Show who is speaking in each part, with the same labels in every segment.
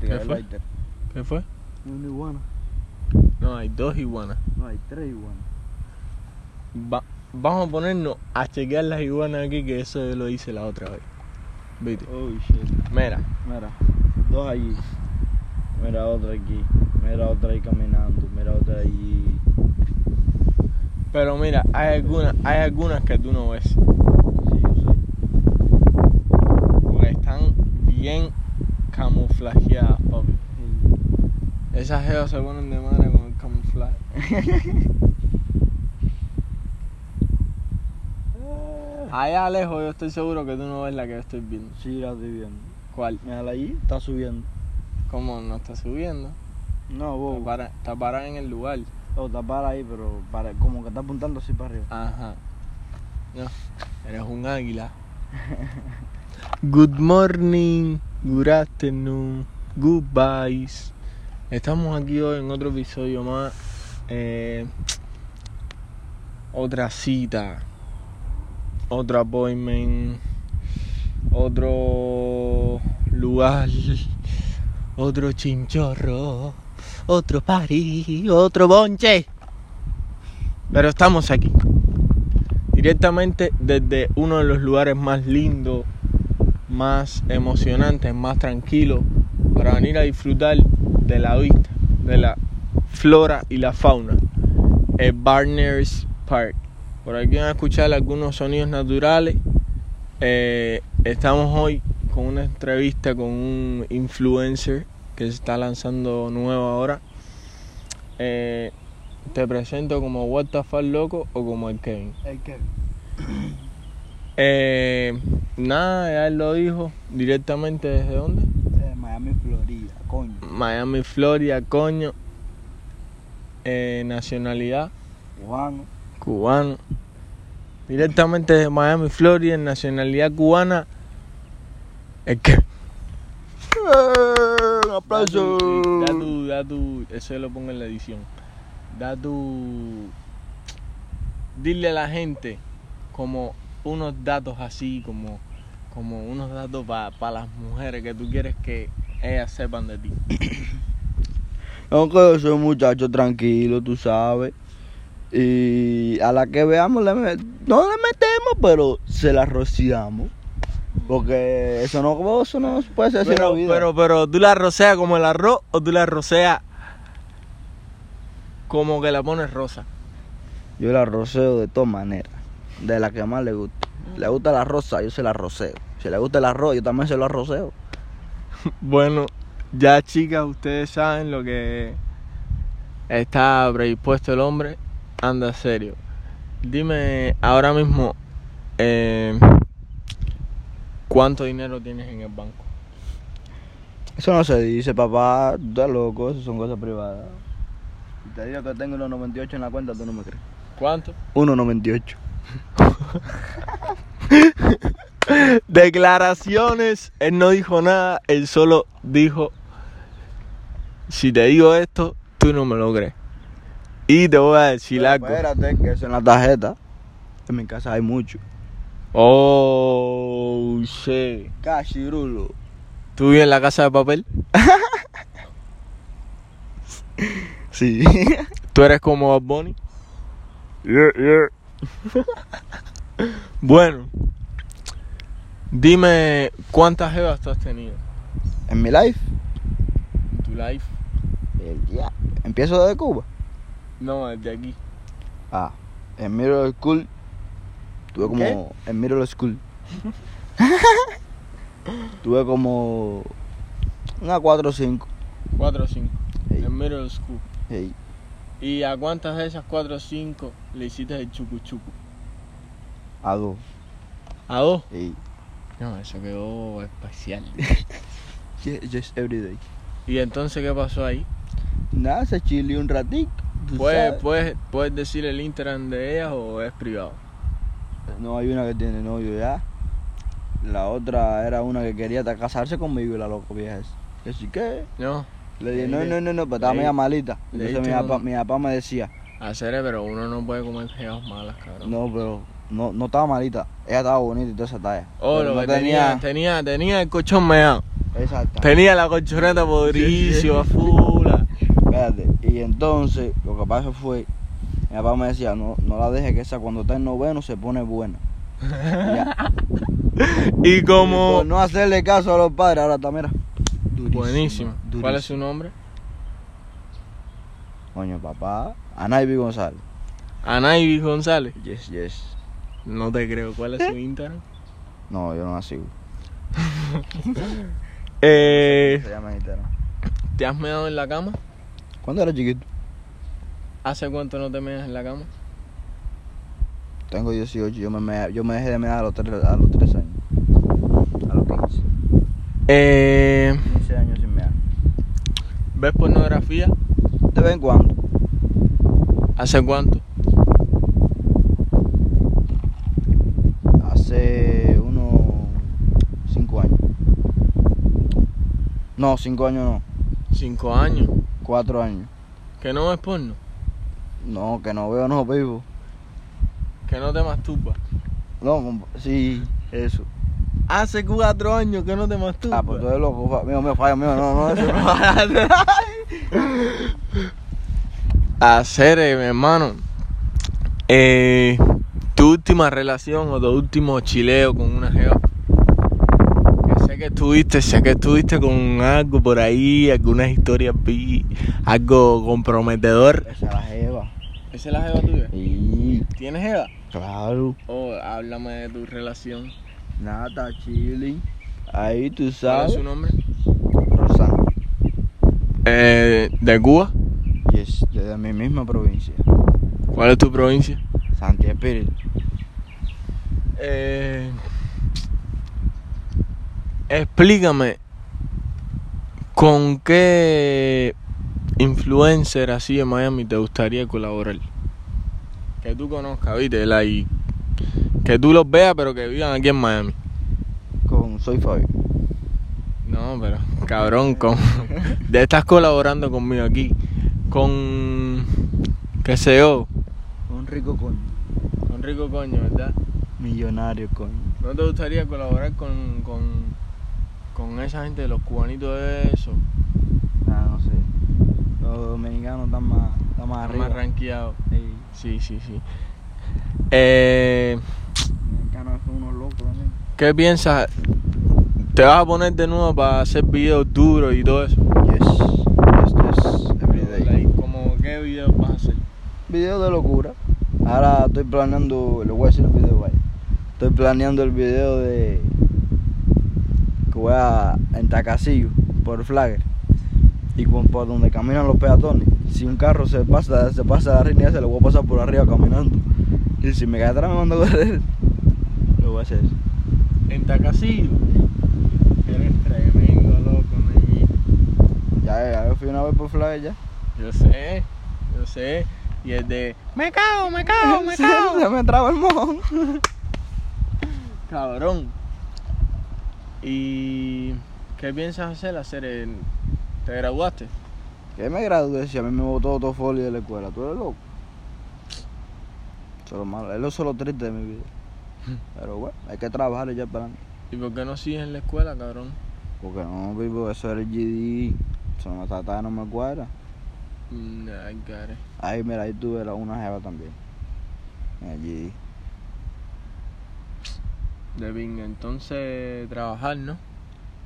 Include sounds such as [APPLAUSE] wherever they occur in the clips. Speaker 1: ¿Qué
Speaker 2: del
Speaker 1: fue?
Speaker 2: Lighter.
Speaker 1: ¿Qué fue?
Speaker 2: Hay una iguana.
Speaker 1: No, hay dos iguanas.
Speaker 2: No, hay tres iguanas.
Speaker 1: Va- vamos a ponernos a chequear las iguanas aquí, que eso yo lo hice la otra vez. Viste.
Speaker 2: Oh shit.
Speaker 1: Mira,
Speaker 2: Mira, dos allí. Mira otra aquí. Mira otra ahí caminando. Mira otra allí.
Speaker 1: pero mira, hay algunas, hay algunas que tú no ves.
Speaker 2: Sí, yo sé.
Speaker 1: Porque están bien camuflajeadas, papi. Esas geos se ponen de madre con el camuflaje. Allá lejos yo estoy seguro que tú no ves la que yo estoy viendo.
Speaker 2: Sí, la estoy viendo.
Speaker 1: ¿Cuál?
Speaker 2: Mírala allí, está subiendo.
Speaker 1: ¿Cómo no está subiendo?
Speaker 2: No,
Speaker 1: Está
Speaker 2: vos.
Speaker 1: para- está parada en el lugar.
Speaker 2: Oh, está para ahí, pero para, como que está apuntando así para arriba.
Speaker 1: Ajá. No, eres un águila. [LAUGHS] Good morning, good afternoon, goodbyes. Estamos aquí hoy en otro episodio más. Eh, otra cita, otro appointment, otro lugar, [LAUGHS] otro chinchorro, otro party, otro bonche. Pero estamos aquí. Directamente desde uno de los lugares más lindos, más emocionantes, más tranquilos, para venir a disfrutar de la vista, de la flora y la fauna. El Barners Park. Por aquí van a escuchar algunos sonidos naturales. Eh, estamos hoy con una entrevista con un influencer que se está lanzando nuevo ahora. Eh, te presento como What the fuck, loco o como el Kevin.
Speaker 2: ¿El qué?
Speaker 1: Eh, nada, ya él lo dijo directamente desde dónde?
Speaker 2: De Miami, Florida, coño.
Speaker 1: Miami, Florida, coño. Eh, nacionalidad
Speaker 2: Juan,
Speaker 1: cubano. Directamente desde Miami, Florida, en nacionalidad cubana. El Kevin. ¡Eh! ¡Un aplauso! Da tu, da tu, eso yo lo pongo en la edición. Da tu. Dile a la gente como unos datos así, como, como unos datos para las mujeres que tú quieres que ellas sepan de ti.
Speaker 2: Aunque yo soy un muchacho tranquilo, tú sabes. Y a la que veamos, le met- no le metemos, pero se la rociamos. Porque eso no, eso no se puede ser así en la
Speaker 1: Pero,
Speaker 2: vida.
Speaker 1: pero, pero, ¿tú la roceas como el arroz o tú la roceas como que la pones rosa?
Speaker 2: Yo la roceo de todas maneras. De la que más le gusta. Le gusta la rosa, yo se la roceo. Si le gusta el arroz, yo también se lo roceo.
Speaker 1: Bueno, ya chicas, ustedes saben lo que está predispuesto el hombre. Anda serio. Dime ahora mismo, eh, ¿cuánto dinero tienes en el banco?
Speaker 2: Eso no se dice, papá. Tú estás loco, eso son cosas privadas. Si te digo que tengo 1.98 en la cuenta, tú no me crees.
Speaker 1: ¿Cuánto?
Speaker 2: 1.98.
Speaker 1: Declaraciones. Él no dijo nada, él solo dijo, si te digo esto, tú no me lo crees. Y te voy a decir
Speaker 2: Pero
Speaker 1: algo.
Speaker 2: Espérate, que eso en la tarjeta. En mi casa hay mucho.
Speaker 1: Oh, shit.
Speaker 2: Cachirulo.
Speaker 1: ¿Tú vives en la casa de papel?
Speaker 2: [LAUGHS] Sí.
Speaker 1: ¿Tú eres como Bad Bunny? Bueno, dime cuántas jevas tú has tenido
Speaker 2: en mi life.
Speaker 1: en tu life.
Speaker 2: el día- Empiezo desde Cuba.
Speaker 1: No, desde aquí.
Speaker 2: Ah. En Middle School. Tuve como. En Middle School. [LAUGHS] tuve como. Una 4 o 5.
Speaker 1: 4 o 5.
Speaker 2: Ey.
Speaker 1: En middle school.
Speaker 2: Ey.
Speaker 1: ¿Y a cuántas de esas 4 o 5 le hiciste el chucu chucu?
Speaker 2: A 2.
Speaker 1: ¿A dos?
Speaker 2: Ey.
Speaker 1: No, eso quedó especial.
Speaker 2: Ye- Just every day.
Speaker 1: [LAUGHS] ¿Y entonces qué pasó ahí?
Speaker 2: Nada, se chile un ratito. tú
Speaker 1: ¿Puedes,
Speaker 2: sabes.
Speaker 1: puedes, ¿Puedes decir el Instagram de ellas o es privado?
Speaker 2: Pues No, hay una que tiene novio ya. La otra era una que quería ta- casarse conmigo y la loco vieja esa. Que sí que.
Speaker 1: No,
Speaker 2: Le dije,
Speaker 1: Ahí
Speaker 2: no,
Speaker 1: le-
Speaker 2: no, no, no, pero estaba
Speaker 1: ahí-
Speaker 2: media malita.
Speaker 1: le
Speaker 2: Entonces mi
Speaker 1: diste
Speaker 2: papá,
Speaker 1: un-
Speaker 2: mi papá me decía,
Speaker 1: hacer, pero uno no puede comer jevas malas, cabrón.
Speaker 2: no, pero no, no estaba malita. Ella estaba bonita y toda esa talla.
Speaker 1: Oh,
Speaker 2: Pero
Speaker 1: lo
Speaker 2: no
Speaker 1: que tenía, tenía, tenía el colchón meado.
Speaker 2: Exacto.
Speaker 1: Tenía la colchoneta podricio,
Speaker 2: [LAUGHS]
Speaker 1: fula.
Speaker 2: Espérate. Y entonces, lo que pasa fue, mi papá me decía, no, no la dejes que esa cuando está en noveno se pone
Speaker 1: [LAUGHS]
Speaker 2: buena. Y ya.
Speaker 1: Y
Speaker 2: Y
Speaker 1: como.
Speaker 2: por no hacerle caso a los padres, ahora está, mira. durísima,
Speaker 1: Buenísimo. ¿Cuál es
Speaker 2: durísima.
Speaker 1: su nombre?
Speaker 2: Coño, papá. Anaibi González.
Speaker 1: Anaibi González.
Speaker 2: Yes, yes.
Speaker 1: No te creo. ¿Cuál [LAUGHS] es su Instagram?
Speaker 2: No, yo no la sigo.
Speaker 1: Eh,
Speaker 2: Se llama en Instagram.
Speaker 1: ¿Te has meado en la cama?
Speaker 2: ¿Cuándo era chiquito?
Speaker 1: ¿Hace cuánto no te meas en la cama?
Speaker 2: Tengo 18, yo me, mea- yo me dejé de mear a los 3, a los 3 años. A los 15.
Speaker 1: Eh,
Speaker 2: 15 años sin mear.
Speaker 1: ¿Ves pornografía?
Speaker 2: De vez en cuando.
Speaker 1: ¿Hace cuánto?
Speaker 2: Hace unos 5 años. No, 5 años no.
Speaker 1: Cinco años.
Speaker 2: 4 años.
Speaker 1: ¿Que no ves porno?
Speaker 2: No, que no veo, no vivo.
Speaker 1: ¿Que no te masturbas?
Speaker 2: No, compa- sí, eso.
Speaker 1: Hace cuatro años que no te masturbas.
Speaker 2: Ah, pues tú eres loco. fa- Mío, mío, fallo, mío, no, no, eso no. [LAUGHS]
Speaker 1: Hacer, eh, mi hermano. Eh, tu última relación o tu último chileo con una jeva. Que Sé que estuviste, sé que estuviste con algo por ahí, algunas historias vi, algo comprometedor.
Speaker 2: Esa es la jeva.
Speaker 1: ¿Esa es la jeva tuya?
Speaker 2: Y
Speaker 1: ¿Tienes jeva?
Speaker 2: claro.
Speaker 1: Oh, háblame de tu relación.
Speaker 2: Nada, está chilling. Ahí tú
Speaker 1: ¿Cuál es
Speaker 2: sabes.
Speaker 1: su nombre?
Speaker 2: Rosana.
Speaker 1: Eh, ¿De Cuba?
Speaker 2: Yes, yo de mi misma provincia.
Speaker 1: ¿Cuál es tu provincia?
Speaker 2: Santi Espíritu.
Speaker 1: Eh, explícame con qué influencer así de Miami te gustaría colaborar. Que tú conozcas, viste, like, que tú los veas, pero que vivan aquí en Miami.
Speaker 2: Con Soy Fabio.
Speaker 1: No, pero
Speaker 2: [LAUGHS]
Speaker 1: cabrón, con, [LAUGHS] de estás colaborando conmigo aquí, con qué sé yo,
Speaker 2: Un rico coño.
Speaker 1: con Rico Coño, ¿verdad?
Speaker 2: Millonario coño.
Speaker 1: ¿No te gustaría colaborar con, con, con esa gente de los cubanitos de eso?
Speaker 2: Ah, no sé. Los dominicanos están más, están más
Speaker 1: Están
Speaker 2: arriba.
Speaker 1: Más rankeado.
Speaker 2: Ey,
Speaker 1: Sí, sí, sí. Eh,
Speaker 2: los dominicanos son unos locos también.
Speaker 1: ¿Qué piensas? ¿Te vas a poner de nuevo para hacer videos duros y todo eso?
Speaker 2: Yes. Yes, yes. Everyday.
Speaker 1: Like, como, ¿Qué videos vas a hacer?
Speaker 2: Video de locura. Ahora estoy planeando, le voy a decir el video, vaya. Estoy planeando el video de. que voy a. en Tacasillo, por Flagger. Y con- por donde caminan los peatones. Si un carro se pasa, se pasa la línea, se lo voy a pasar por arriba caminando. Y si me cae atrás, me mando a correr. Lo voy a hacer.
Speaker 1: En Tacasillo. Eres tremendo, loco, Ney.
Speaker 2: Ya, ya, yo fui una vez por Flagger ya.
Speaker 1: Yo sé, yo sé. Y el de, me cago, me cago, me
Speaker 2: [LAUGHS] Se-
Speaker 1: cago.
Speaker 2: se me traba el mojón.
Speaker 1: Cabrón. ¿Y qué piensas hacer? hacer el- ¿Te graduaste?
Speaker 2: Que me gradué si a mí me botó todo folio de la escuela. Tú eres loco. Eso es lo malo. Es lo solo triste de
Speaker 1: [LAUGHS]
Speaker 2: mi vida. Pero bueno, hay que trabajar y ya para adelante.
Speaker 1: ¿Y por qué no sigues en la escuela, cabrón?
Speaker 2: Porque no, vivo, eso era el GD. Eso no tata, no me cuadra.
Speaker 1: Mm, I got it.
Speaker 2: Ahí, mira, ahí tuve la- una jeva también. En el GD.
Speaker 1: De pinga. Entonces, trabajar, ¿no?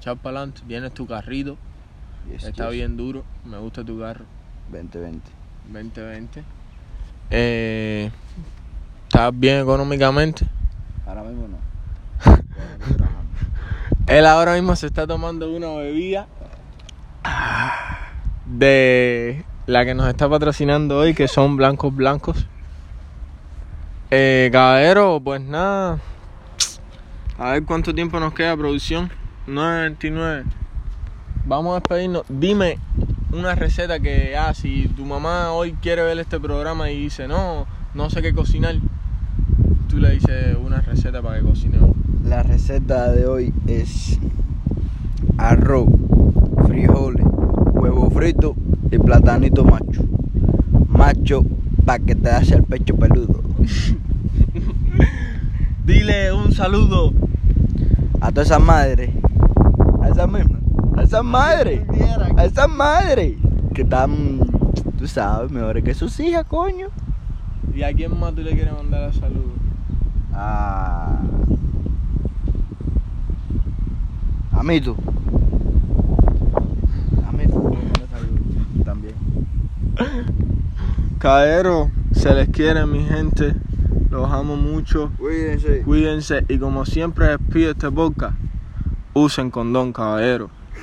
Speaker 1: Echar para adelante. Tienes tu carrito.
Speaker 2: Yes,
Speaker 1: Está
Speaker 2: yes.
Speaker 1: bien duro. Me gusta tu carro.
Speaker 2: 20-20.
Speaker 1: 2020. Eh, ¿Estás bien económicamente?
Speaker 2: Ahora mismo
Speaker 1: [LAUGHS]
Speaker 2: no.
Speaker 1: Él ahora mismo se está tomando una bebida ah, de la que nos está patrocinando hoy, que son blancos blancos. Eh, caballero, pues nada. A ver cuánto tiempo nos queda producción. 9.29. Vamos a despedirnos. Dime una receta que, ah, si tu mamá hoy quiere ver este programa y dice, no, no sé qué cocinar, tú le dices una receta para que cocine. hoy.
Speaker 2: La receta de hoy es arroz, frijoles, huevo frito y platanito macho. Macho para que te hace el pecho peludo.
Speaker 1: Dile un saludo
Speaker 2: A todas esas madres, a esas mismas, esas madres.
Speaker 1: pudiera.
Speaker 2: A esas madres. Que están, tú sabes, mejores que sus hijas, coño.
Speaker 1: ¿Y a quién más tú le quieres mandar a saludos?
Speaker 2: Ah. Amito. Amito, voy a mandar saludos también.
Speaker 1: Caero, se les quiere mi gente. Los amo mucho.
Speaker 2: Cuídense.
Speaker 1: Cuídense y como siempre les pido este boca, usen condón, caballero.